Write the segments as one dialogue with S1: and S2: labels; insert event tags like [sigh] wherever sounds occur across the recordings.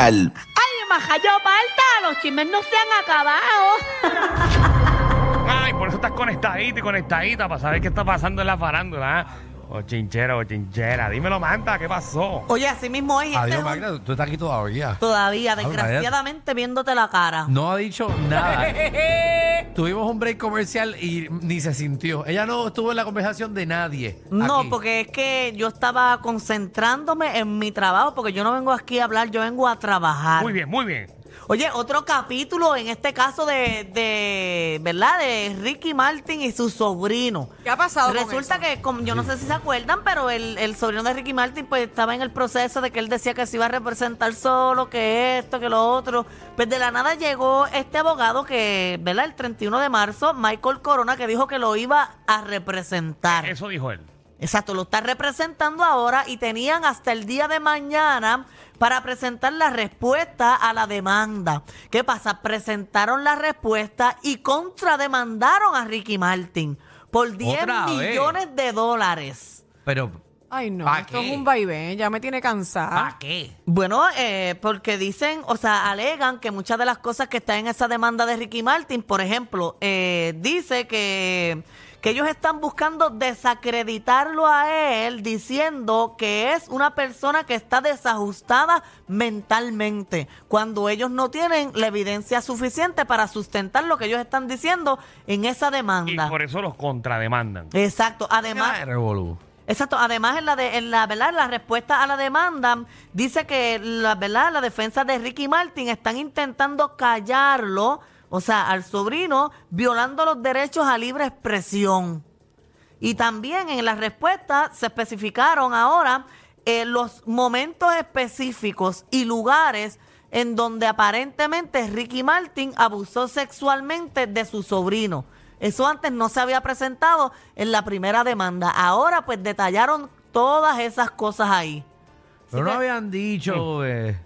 S1: Mundial.
S2: ¡Ay, majayo falta! ¡Los chismes no se han acabado!
S3: Ay, por eso estás conectadito y conectadita para saber qué está pasando en la farándula. ¿eh? O chinchero, o chinchera. Dímelo, Manta, ¿qué pasó?
S4: Oye, así mismo hay gente
S5: [laughs] Adiós,
S4: jun-
S5: Magda, tú- tú estás aquí todavía.
S4: todavía,
S5: Ave María.
S4: desgraciadamente, viéndote la cara.
S5: No ha dicho
S4: [laughs]
S5: nada. Tuvimos un break comercial y ni se sintió. Ella no estuvo en la conversación de nadie.
S4: No,
S5: aquí.
S4: porque es que yo estaba concentrándome en mi trabajo, porque yo no vengo aquí a hablar, yo vengo a trabajar.
S3: Muy bien, muy bien.
S4: Oye, otro capítulo en este caso de, de ¿verdad? De Ricky Martin y su sobrino.
S6: ¿Qué ha pasado con
S4: Resulta
S6: eso?
S4: que, como, yo no sé si se acuerdan, pero el, el sobrino de Ricky Martin pues estaba en el proceso de que él decía que se iba a representar solo, que esto, que lo otro. Pues de la nada llegó este abogado que, ¿verdad? El 31 de marzo, Michael Corona, que dijo que lo iba a representar.
S3: Eso dijo él.
S4: Exacto, lo está representando ahora y tenían hasta el día de mañana para presentar la respuesta a la demanda. ¿Qué pasa? Presentaron la respuesta y contrademandaron a Ricky Martin por 10
S5: Otra vez.
S4: millones de dólares.
S5: Pero,
S6: Ay, no,
S5: ¿Pa
S6: esto
S5: qué?
S6: es un vaivén, ya me tiene cansada.
S5: ¿para qué?
S4: Bueno, eh, porque dicen, o sea, alegan que muchas de las cosas que están en esa demanda de Ricky Martin, por ejemplo, eh, dice que, que ellos están buscando desacreditarlo a él diciendo que es una persona que está desajustada mentalmente, cuando ellos no tienen la evidencia suficiente para sustentar lo que ellos están diciendo en esa
S3: Y
S4: demanda.
S3: por eso los contrademandan.
S4: Exacto, además...
S5: Ay, revolú.
S4: Exacto. Además, en la, de, en la, ¿verdad? en la respuesta a la demanda, dice que la, ¿verdad? la defensa de Ricky Martin están intentando callarlo, o sea, al sobrino, violando los derechos a libre expresión. Y también en la respuesta se especificaron ahora eh, los momentos específicos y lugares en donde aparentemente Ricky Martin abusó sexualmente de su sobrino. Eso antes no se había presentado en la primera demanda. Ahora pues detallaron todas esas cosas ahí.
S5: Pero no habían dicho, eh,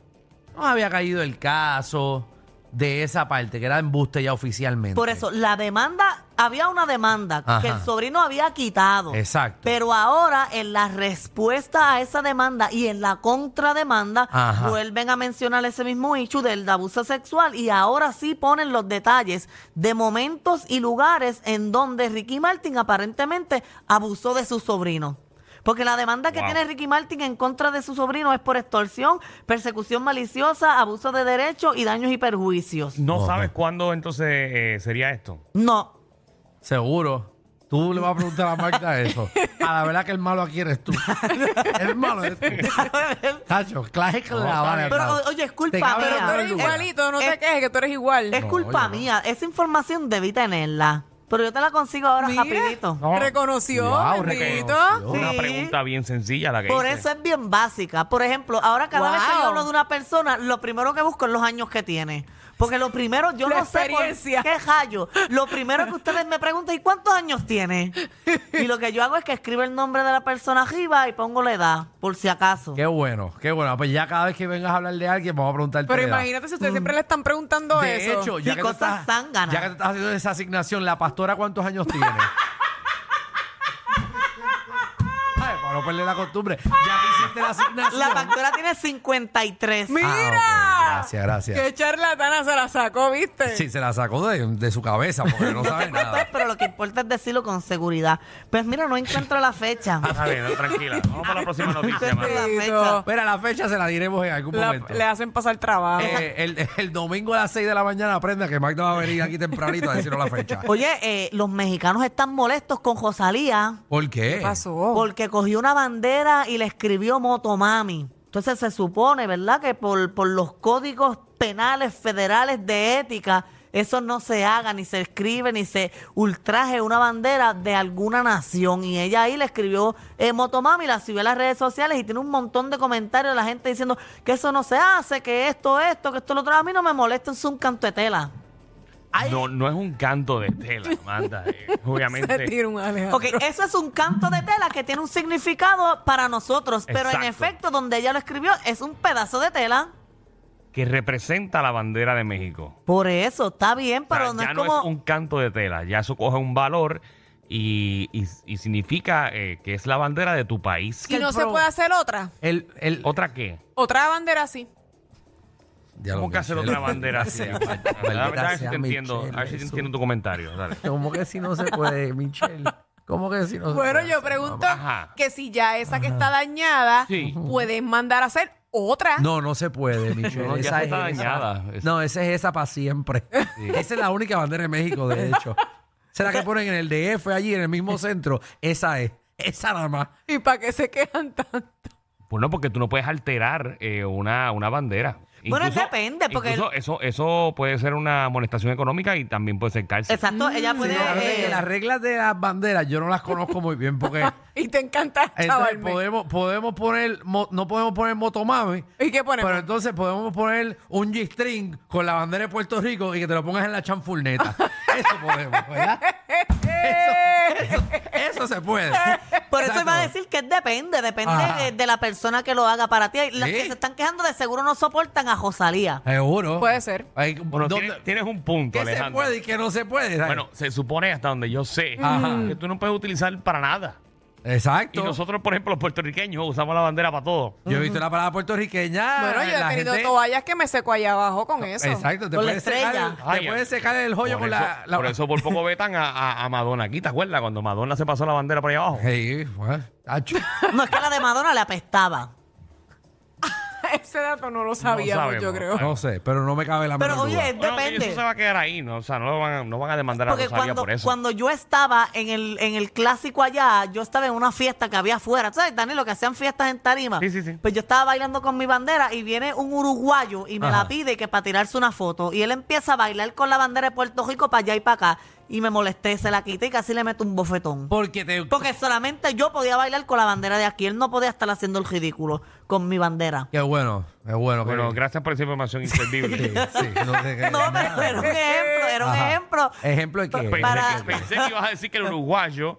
S5: no había caído el caso de esa parte, que era embuste ya oficialmente.
S4: Por eso, la demanda, había una demanda que
S5: Ajá.
S4: el sobrino había quitado.
S5: Exacto.
S4: Pero ahora, en la respuesta a esa demanda y en la contrademanda,
S5: Ajá.
S4: vuelven a mencionar ese mismo hecho del abuso sexual y ahora sí ponen los detalles de momentos y lugares en donde Ricky Martin aparentemente abusó de su sobrino. Porque la demanda que
S3: Wow.
S4: tiene Ricky Martin en contra de su sobrino es por extorsión, persecución maliciosa, abuso de derechos y daños y perjuicios.
S3: No
S5: Ok.
S3: sabes cuándo entonces eh, sería esto.
S4: No,
S5: Seguro. Tú le vas a preguntar a
S4: [laughs]
S5: Magda eso. A la verdad que el malo aquí eres tú. el malo eres tú. Tacho, clase clavada.
S3: está bien.
S4: Pero,
S5: hermano.
S4: o- oye, es
S5: Te
S4: culpa
S5: cabe
S4: mía.
S5: en
S6: Pero
S5: todo
S6: tú
S4: Pero
S5: el
S6: eres
S5: lugar.
S6: igualito, no
S4: Es-
S6: te quejes que tú eres igual.
S4: Es
S5: No,
S4: culpa
S5: yo no.
S4: mía. Esa información debí tenerla. Pero yo te la consigo ahora
S6: Mira.
S4: rapidito.
S3: No.
S6: Reconoció,
S5: Wow,
S6: bendito.
S5: reconoció.
S3: Una
S4: Sí.
S3: pregunta bien sencilla la que
S4: Por
S3: hice.
S4: eso es bien básica. Por ejemplo, ahora cada vez que yo
S6: Wow.
S4: hablo de una persona, lo primero que busco es los años que tiene. Porque lo primero, yo
S6: La
S4: no sé por
S6: experiencia.
S4: qué hallo. Lo primero que ustedes me preguntan, ¿y cuántos años tiene? Y lo que yo hago es que escribo el nombre de la persona arriba y pongo la edad, por si acaso.
S5: Qué bueno, qué bueno. Pues ya cada vez que vengas a hablar de alguien, vamos a preguntarte.
S6: Pero
S5: la edad.
S6: imagínate si ustedes siempre le están preguntando
S5: De
S6: eso.
S5: hecho,
S4: Y
S5: ya que, tú
S4: cosas
S5: estás,
S4: zánganas.
S5: ya que tú estás haciendo esa asignación, la pastora, ¿cuántos años
S6: [laughs]
S5: tiene? Ay, para no perder la costumbre. Ya que hiciste la asignación.
S4: La factura tiene 53.
S6: ¡Mira!
S5: Ah, ok, gracias, gracias.
S6: ¡Qué charlatana se la sacó, viste!
S5: Sí, se la sacó de, de su cabeza porque no
S6: [laughs]
S5: sabe nada.
S4: Pues, Pero lo que importa es decirlo con seguridad. Pues mira, no encuentro la fecha.
S3: A ver,
S4: [laughs]
S3: no, Ah, tranquila. Vamos para la próxima noticia,
S4: Encuentro
S3: Marta.
S4: la
S6: Bendito.
S4: fecha.
S5: Mira, la fecha se la diremos en algún
S6: La-
S5: momento.
S6: le hacen pasar trabajo.
S5: Eh, el, el domingo a las 6 de la mañana aprenda que Magda va a venir aquí tempranito a decirnos la fecha.
S4: Oye, eh, los mexicanos están molestos con Rosalía
S5: ¿Por qué?
S6: ¿Qué pasó?
S4: porque cogió una bandera y le escribió Motomami. Entonces se supone, ¿verdad?, que por, por los códigos penales federales de ética, eso no se haga, ni se escribe, ni se ultraje una bandera de alguna nación. Y ella ahí le escribió eh, Motomami, la subió a las redes sociales y tiene un montón de comentarios de la gente diciendo que eso no se hace, que esto, esto, que esto, lo otro. A mí no me molesta, es un canto de tela.
S3: No, no es un canto de tela, Marta. eh,
S4: [laughs]
S6: Se
S3: obviamente.
S6: tira un Alejandro.
S4: Ok, eso es un canto de tela que tiene un significado para nosotros, pero en
S3: Exacto.
S4: efecto, donde ella lo escribió, es un pedazo de tela.
S3: Que representa la bandera de México.
S4: Por eso, está bien,
S3: O sea,
S4: pero no
S3: ya
S4: es
S3: no
S4: como.
S3: es un canto de tela, ya eso coge un valor y, y- y significa eh, que es la bandera de tu país.
S6: ¿Y no se puede hacer otra?
S5: El, el,
S3: ¿Otra qué?
S6: ¿Otra bandera así?
S5: Ya lo
S3: ¿Cómo que hacer
S5: Michelle.
S3: otra
S5: [laughs]
S3: bandera así?
S5: Sea,
S3: A ver, a ver,
S5: maldita
S3: a ver si
S5: sea
S3: te entiendo.
S5: Michelle,
S3: A ver si te
S5: eso.
S3: entiendo tu comentario. Dale.
S5: ¿Cómo que si no se puede, Michelle? ¿Cómo que si no se puede?
S6: Bueno, yo
S5: hacer,
S6: pregunto
S5: mamá?
S3: Ajá.
S6: que si ya esa que está dañada,
S3: Sí.
S6: pueden mandar a hacer otra.
S5: No, no se puede, Michelle.
S3: No, ya
S5: esa
S3: se
S5: es
S3: está
S5: esa.
S3: dañada. Es-
S5: No, esa es esa para siempre. Esa es la única bandera de México, de hecho. ¿Será que ponen en el DF allí, en el mismo centro? Esa es. Esa nada más.
S6: ¿Y para qué se quejan tanto?
S3: Pues no, porque tú no puedes alterar eh, una, una bandera.
S4: Bueno, depende, porque-
S3: incluso eso, eso puede ser una amonestación económica y también puede ser cárcel.
S4: Exacto, ella puede.
S5: Mm, Sí, lo que pasa es que
S4: eh,
S5: las reglas de las banderas yo no las conozco muy bien
S6: [laughs]
S5: porque
S6: Y te encanta
S5: entonces
S6: chavalme.
S5: podemos, podemos poner, mo- no podemos poner motomami,
S6: ¿Y qué ponemos?
S5: pero entonces podemos poner un G-string con la bandera de Puerto Rico y que te lo pongas en
S4: [laughs]
S5: la chanfurneta. Eso podemos, ¿verdad?
S6: Eh, [laughs]
S5: Eso, eso- eso se puede.
S4: Por eso
S5: Exacto.
S4: iba a decir que es depende, depende
S3: Ah.
S4: eh,
S5: Ajá.
S4: de, de la persona que lo haga para ti. Las
S5: Sí.
S4: que se están quejando de seguro no soportan a Rosalía.
S5: Seguro.
S6: Puede ser.
S5: Hay-
S3: Bueno,
S5: ¿dónde-
S3: tienes, tienes un punto,
S5: ¿Qué se
S3: Alejandro.
S5: puede y qué no se puede? ¿sabes?
S3: Bueno, se supone hasta donde yo sé
S5: Ajá.
S3: que tú no puedes utilizar para nada. Y
S5: exacto.
S3: nosotros, por ejemplo, los puertorriqueños usamos la bandera para todo.
S5: yo he visto la palabra puertorriqueña.
S6: Bueno, yo
S5: Ah, la
S6: he tenido
S5: gente-
S6: toallas que me seco allá abajo con eso.
S5: Exacto, te
S4: Con la
S5: puedes secar,
S4: estrella.
S5: te
S3: Ay,
S5: puedes
S3: ay.
S5: secar el
S3: Por
S5: joyo
S3: eso,
S5: con la, la-
S3: por eso por poco vetan a, a- a Madonna aquí, ¿te acuerdas? Cuando Madonna se pasó la bandera por ahí abajo.
S5: Hey, bueno, tacho.
S4: No es que la de Madonna le apestaba.
S6: [laughs] Ese dato no lo sabíamos, yo
S3: sabemos.
S5: [laughs]
S6: creo.
S5: No sé, pero no me cabe la
S4: Pero
S5: menor duda.
S4: oye,
S3: Ah, Bueno, eso se
S4: depende.
S3: va a quedar ahí, ¿no? O sea, no, lo van, a- no van a demandar a
S4: Porque
S3: Rosalía
S4: cuando,
S3: por eso.
S4: cuando yo estaba en el, en el clásico allá, yo estaba en una fiesta que había afuera. ¿Tú ¿Sabes, Dani, lo que hacían fiestas en Tarima?
S3: Sí, sí, sí.
S4: Pues yo estaba bailando con mi bandera y viene un uruguayo y me
S5: Ajá.
S4: la pide que para tirarse una foto. Y él empieza a bailar con la bandera de Puerto Rico para allá y para acá. Y me molesté, se la quité y casi le meto un bofetón.
S5: Porque te
S4: Porque solamente yo podía bailar con la bandera de aquí. Él no podía estar haciendo el ridículo con mi bandera.
S5: Qué bueno, es bueno.
S3: Bueno,
S5: que-
S3: gracias por esa información
S4: [laughs]
S5: Sí,
S3: inservible.
S5: sí, no sé
S3: Eh,
S5: qué-
S4: No, pero era un ejemplo, era un
S5: Ajá.
S4: ejemplo.
S5: Ejemplo de qué.
S3: pensé,
S4: Para-
S3: que, pensé que ibas a decir que el uruguayo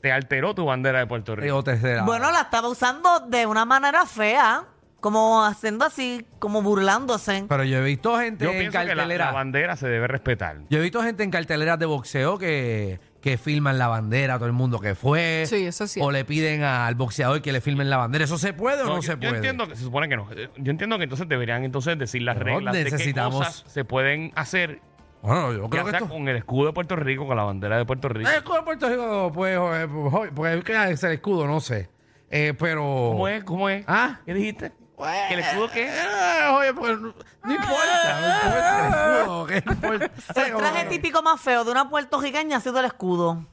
S3: te alteró tu bandera de Puerto Rico.
S5: Digo, tercera.
S4: Bueno, la estaba usando de una manera fea, como haciendo así, como burlándose.
S5: Pero yo he visto gente
S3: Yo
S5: en
S3: pienso que la,
S5: cartelera.
S3: la bandera se debe respetar.
S5: yo he visto gente en carteleras de boxeo que, que filman la bandera, todo el mundo que fue.
S6: Sí, eso sí.
S5: O le piden al boxeador que le filmen la bandera. ¿Eso se puede o no,
S3: yo,
S5: se
S3: yo
S5: puede?
S3: entiendo que se supone que no. Eh, Yo entiendo que entonces deberían entonces decir las
S5: No,
S3: reglas de qué
S5: necesitamos-
S3: cosas se pueden hacer,
S5: Bueno, yo creo
S3: ya
S5: que
S3: sea
S5: esto... Eh,
S3: con el escudo de Puerto Rico, con la bandera de Puerto Rico.
S5: El escudo de Puerto Rico, pues, joder, pues, joder, porque es que es el escudo, no sé. Eh, pero...
S3: ¿Cómo es? ¿Cómo es?
S5: ¿Ah?
S3: ¿Qué dijiste? ¿Que el escudo qué?
S5: Eh, oye, pues, no, no importa, no importa el escudo, ¿qué importa?
S4: El
S3: eh.
S4: traje típico más feo de una puertorriqueña ha sido el escudo.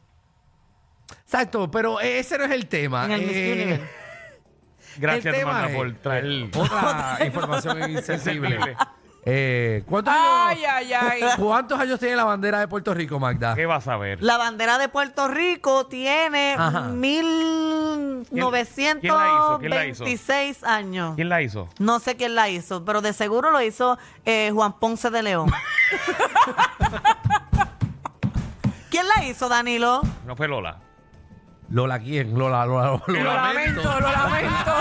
S5: Exacto, pero e, ese no es el tema.
S4: En el Miss
S5: Eh,
S4: Universe.
S3: Gracias,
S5: tema
S3: hermana,
S5: es-
S3: por traer.
S5: otra información insensible.
S3: Insensible.
S5: [laughs] Eh, ¿cuántos,
S6: Ay,
S5: años, [laughs]
S6: ay, ay.
S5: cuántos años tiene la bandera de Puerto Rico, Magda?
S3: ¿Qué vas a ver?
S4: La bandera de Puerto Rico tiene
S5: Ajá.
S3: quién la hizo? ¿Quién la hizo?
S4: 1926 años.
S3: ¿Quién la hizo?
S4: No sé quién la hizo, pero de seguro lo hizo eh, Juan Ponce
S3: [laughs]
S4: de León. ¿Quién la hizo, Danilo?
S3: No fue Lola.
S5: Lola, ¿quién? Lola, Lola,
S6: Lo
S5: Lola.
S6: lamento, lo lamento. [laughs]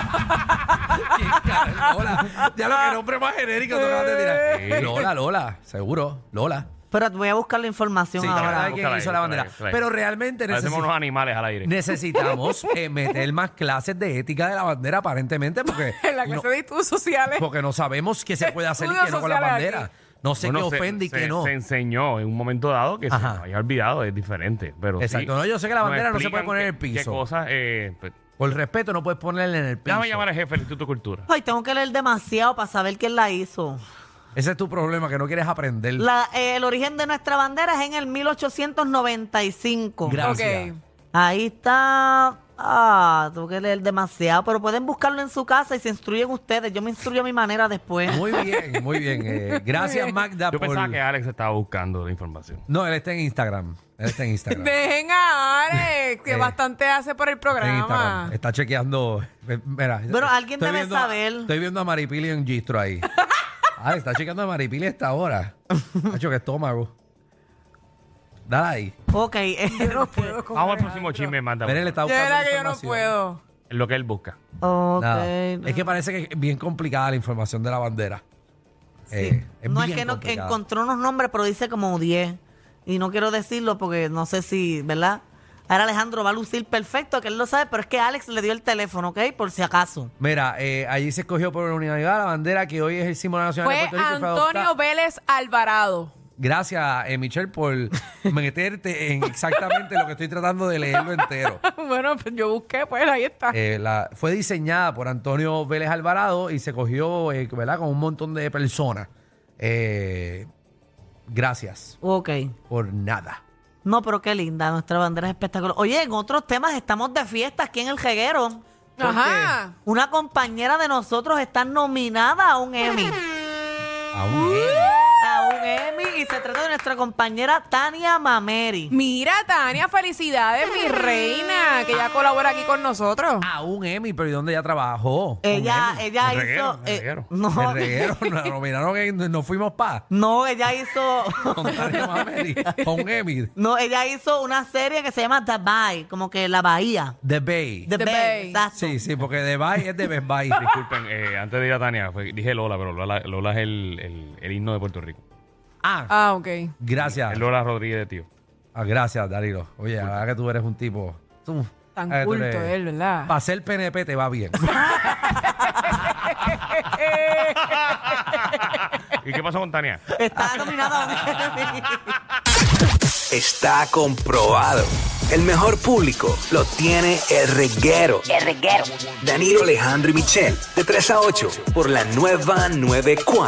S5: Lola. Ya lo que nombre más genérico te acabas de tirar.
S6: Eh.
S5: Lola, Lola, seguro, Lola.
S4: Pero voy a buscar la información
S5: Sí,
S4: ahora.
S5: cada
S3: búscala
S5: quien
S3: ahí,
S5: hizo la
S3: búscala
S5: bandera.
S3: ahí, búscala ahí.
S5: Pero realmente
S3: Parecemos
S5: necesitamos
S3: unos animales al aire.
S5: Necesitamos eh, meter más clases de ética de la bandera, aparentemente, porque,
S6: En [laughs] la clase
S5: no,
S6: de estudios sociales.
S5: porque no sabemos qué se puede hacer y qué
S6: Estudios
S5: no con la
S6: sociales aquí.
S5: bandera. No sé
S3: Bueno,
S5: qué
S3: se-
S5: ofende y
S3: se-
S5: qué no.
S3: Se enseñó en un momento dado que
S5: Ajá.
S3: se había olvidado, es diferente. Pero
S5: Exacto.
S3: sí,
S5: No, yo sé que la
S3: nos
S5: bandera no se puede
S3: explican
S5: poner en el
S3: qué-
S5: piso.
S3: Qué cosas, eh, pues,
S5: Por respeto, no puedes ponerla en el piso.
S3: déjame llamar al jefe del Instituto de Cultura.
S4: Ay, tengo que leer demasiado para saber quién la hizo.
S5: Ese es tu problema, que no quieres aprender.
S4: La- eh, el origen de nuestra bandera es en el 1895.
S5: [laughs] Gracias.
S6: Ok.
S4: Ahí está. Ah, tengo que leer demasiado, pero pueden buscarlo en su casa y se instruyen ustedes. Yo me instruyo a mi manera después.
S5: Muy bien, muy bien.
S6: [laughs]
S5: eh, gracias, Magda,
S3: Yo
S5: por...
S3: pensaba que Alex estaba buscando la información.
S5: No, él está en Instagram. Él está en
S6: [laughs]
S5: Instagram.
S6: Dejen a Alex, que
S5: Eh,
S6: bastante hace por
S5: en
S6: el
S5: Instagram.
S6: programa.
S5: Está chequeando. eh, Mira,
S4: Pero
S5: eh,
S4: alguien
S5: estoy
S4: debe
S5: viendo a-
S4: saber.
S5: estoy viendo a Maripili en Gistro
S6: [laughs]
S5: ahí. ah, está chequeando a Maripili a esta hora. Ha hecho que estómago. Dale ahí.
S4: Ok, [laughs] eh,
S6: No
S5: Este,
S6: puedo
S3: Vamos
S6: con
S3: al
S6: Alejandro.
S3: próximo chisme, manda.
S5: Mira, él está
S6: De
S5: buscando
S6: verdad que yo no
S5: información.
S6: puedo.
S3: Es lo que él busca.
S4: ok.
S5: Nada. Es que parece que es bien complicada la información de la bandera. Eh, es
S4: no es
S5: bien
S4: que no
S5: complicada.
S4: encontró unos nombres, pero dice como 10. Y no quiero decirlo porque no sé si, ¿verdad? Ahora Alejandro va a lucir perfecto, que él lo sabe, pero es que Alex le dio el teléfono, ¿ok? Por si acaso.
S5: Mira, eh, allí se escogió por unanimidad la bandera que hoy es el símbolo nacional de
S6: Fue
S5: Puerto Rico. y fue adoptada-
S6: Antonio Vélez Alvarado. [laughs]
S5: Gracias, eh, Michelle,
S4: [laughs]
S5: por meterte en exactamente lo que estoy tratando de leerlo entero.
S6: bueno, pues yo busqué, pues ahí está.
S5: Eh, la- fue diseñada por Antonio Vélez Alvarado y se cogió, eh, ¿verdad?, con un montón de personas. Eh, gracias
S4: Ok.
S5: por nada.
S4: No, pero qué linda, nuestra bandera es espectacular. Oye, en otros temas estamos de fiesta aquí en el Jeguero.
S6: Ajá.
S4: Una compañera de nosotros está nominada a un Emmy.
S5: Aún es.
S4: A un Emmy y se trata de nuestra compañera Tania Mameri.
S6: Mira, Tania, felicidades, mi reina, que ya colabora aquí con nosotros.
S5: Aún Emmy, pero ¿y dónde ya trabajó?
S4: Ella, ella
S3: El
S4: hizo.
S3: reguero, el
S4: eh,
S3: reguero.
S5: [laughs] No.
S4: no,
S5: reguero, nos nominaron que nos fuimos pa.
S4: [laughs] no, ella hizo. [laughs]
S5: Con Tania Mameri, con Emmy.
S4: No, ella hizo una serie que se llama The Bay, como que la bahía.
S5: The Bay.
S4: The,
S6: The
S4: Bay,
S6: Bay.
S4: exacto.
S5: Sí, sí, porque The Bay es de Best Buy.
S3: Disculpen, eh, antes de ir a Tania, fue- dije Lola, pero Lola, Lola es el, el- el himno de Puerto Rico.
S5: Ah,
S6: Ah, ok.
S5: gracias.
S3: Es Lola Rodríguez, tío. [laughs]
S5: Ah, gracias, Darilo. Oye, la verdad que tú eres un tipo. tú-
S6: Tan
S5: la verdad que tú
S6: culto
S5: eres-
S6: él, ¿verdad?
S5: Para ser PNP te va bien.
S3: ¿Y qué pasó con Tania?
S4: Está nominada a un Emmy.
S1: Está comprobado. El mejor público lo tiene el reguero. El reguero. Danilo Alejandro y Michel, de 3 a 8, por la nueva 94.